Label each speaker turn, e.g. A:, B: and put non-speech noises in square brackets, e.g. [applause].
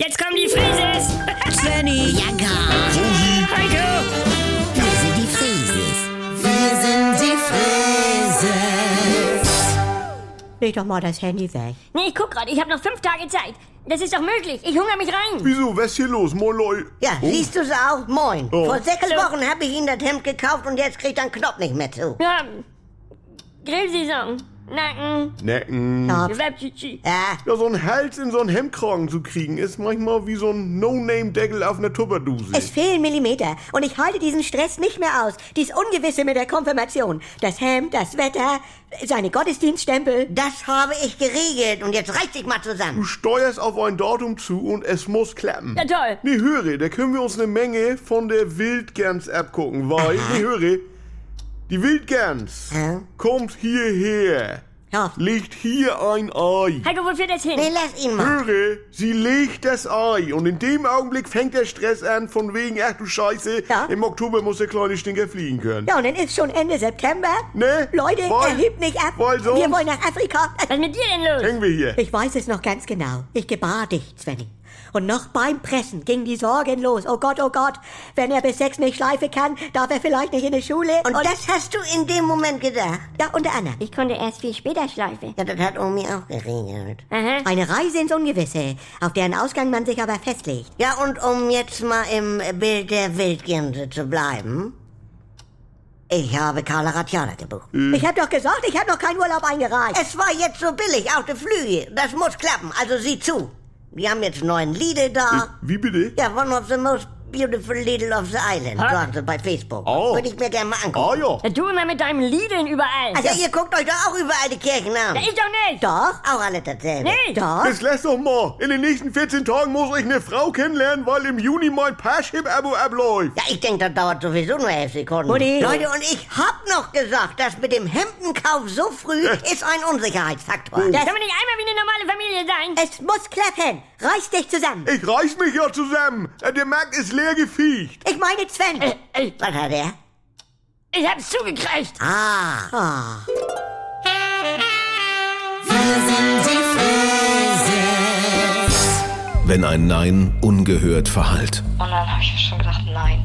A: Jetzt kommen die [laughs] Frieses!
B: Svenny,
C: Ja, gar.
A: Heiko!
C: Wir sind die Frieses. Wir sind die Frieses.
B: leg doch mal das Handy weg.
A: Nee, ich guck gerade, ich habe noch fünf Tage Zeit. Das ist doch möglich. Ich hungere mich rein.
D: Wieso, was ist hier los? Moin, Leute.
B: Ja, siehst du's auch? Moin.
D: Oh.
B: Vor sechs
A: Hallo.
B: Wochen habe ich Ihnen das Hemd gekauft und jetzt kriegt er einen Knopf nicht mehr zu.
A: Ja, Grillsaison. Nacken.
D: Necken.
B: Ja.
A: Schwäbschitschi.
B: Ja,
D: Ja, so einen Hals in so einen Hemdkragen zu kriegen, ist manchmal wie so ein No-Name-Deckel auf einer Tupperdose.
B: es fehlen Millimeter und ich halte diesen Stress nicht mehr aus. Dies Ungewisse mit der Konfirmation. Das Hemd, das Wetter, seine Gottesdienststempel.
C: Das habe ich geregelt und jetzt reiß dich mal zusammen.
D: Du steuerst auf ein Datum zu und es muss klappen.
A: Ja, toll.
D: Nee, höre, da können wir uns eine Menge von der Wildgans abgucken, weil, nee, höre, die Wildgans
B: Hä?
D: kommt hierher,
B: Ja.
D: legt hier ein Ei.
A: Heiko, wo führt das hin?
C: Nee, lass ihn mal.
D: Höre, sie legt das Ei und in dem Augenblick fängt der Stress an von wegen, ach du Scheiße,
B: Ja.
D: im Oktober muss der kleine Stinker fliegen können.
B: Ja, und dann ist schon Ende September.
D: Ne?
B: Leute,
D: Weil-
B: er hebt nicht ab.
D: weil sonst-
B: Wir wollen nach Afrika.
A: Was ist mit dir denn los?
D: Hängen wir hier.
B: Ich weiß es noch ganz genau. Ich gebar dich, Svenny. Und noch beim Pressen ging die Sorgen los. Oh Gott, oh Gott. Wenn er bis sechs nicht schleifen kann, darf er vielleicht nicht in die Schule.
C: Und das hast du in dem Moment gedacht.
B: ja, unter anderem.
A: Ich konnte erst viel später schleifen.
C: Ja, das hat Omi auch geregelt.
A: Aha.
B: Eine Reise ins Ungewisse, auf deren Ausgang man sich aber festlegt.
C: Ja, und um jetzt mal im Bild der Wildgänse zu bleiben. Ich habe Carla Ratjana gebucht.
B: Ich hab doch gesagt, ich hab noch keinen Urlaub eingereicht.
C: Es war jetzt so billig, auch die Flüge. Das muss klappen, also sieh zu. Die haben jetzt neuen Lidl da.
D: Wie bitte?
C: Ja, one of the most beautiful Lidl of the island,
A: Hä?
C: sagen sie bei Facebook.
D: Oh.
C: Würde ich mir gerne mal angucken.
D: Ah ja.
A: Ja, du immer mit deinem Liedeln überall.
C: Ja, Also ihr guckt euch doch auch überall die Kirchen an.
A: Da ist Also doch nicht.
B: Doch,
C: Auch alle dasselbe.
A: Nee.
B: doch.
D: Jetzt lass doch mal. In den nächsten 14 Tagen muss ich eine Frau kennenlernen, weil im Juni mein Parship-Abo abläuft.
C: Ja, ich denke, das dauert sowieso nur elf Sekunden.
B: Mutti.
C: Leute, und ich hab noch gesagt, das mit dem Hemdenkauf so früh ist ein Unsicherheitsfaktor.
A: Das kann man nicht einmal wie eine normale Familie sein.
B: Es muss klappen. Reiß dich zusammen.
D: Ich reiß mich ja zusammen. Äh, Der Markt ist leer gefegt.
B: Ich meine Sven.
A: Ich,
C: Was hat er?
A: ich hab's zugekriegt.
C: Ah.
B: Ah.
E: wenn ein Nein ungehört verhallt,
F: Und dann habe ich mir schon gedacht, nein.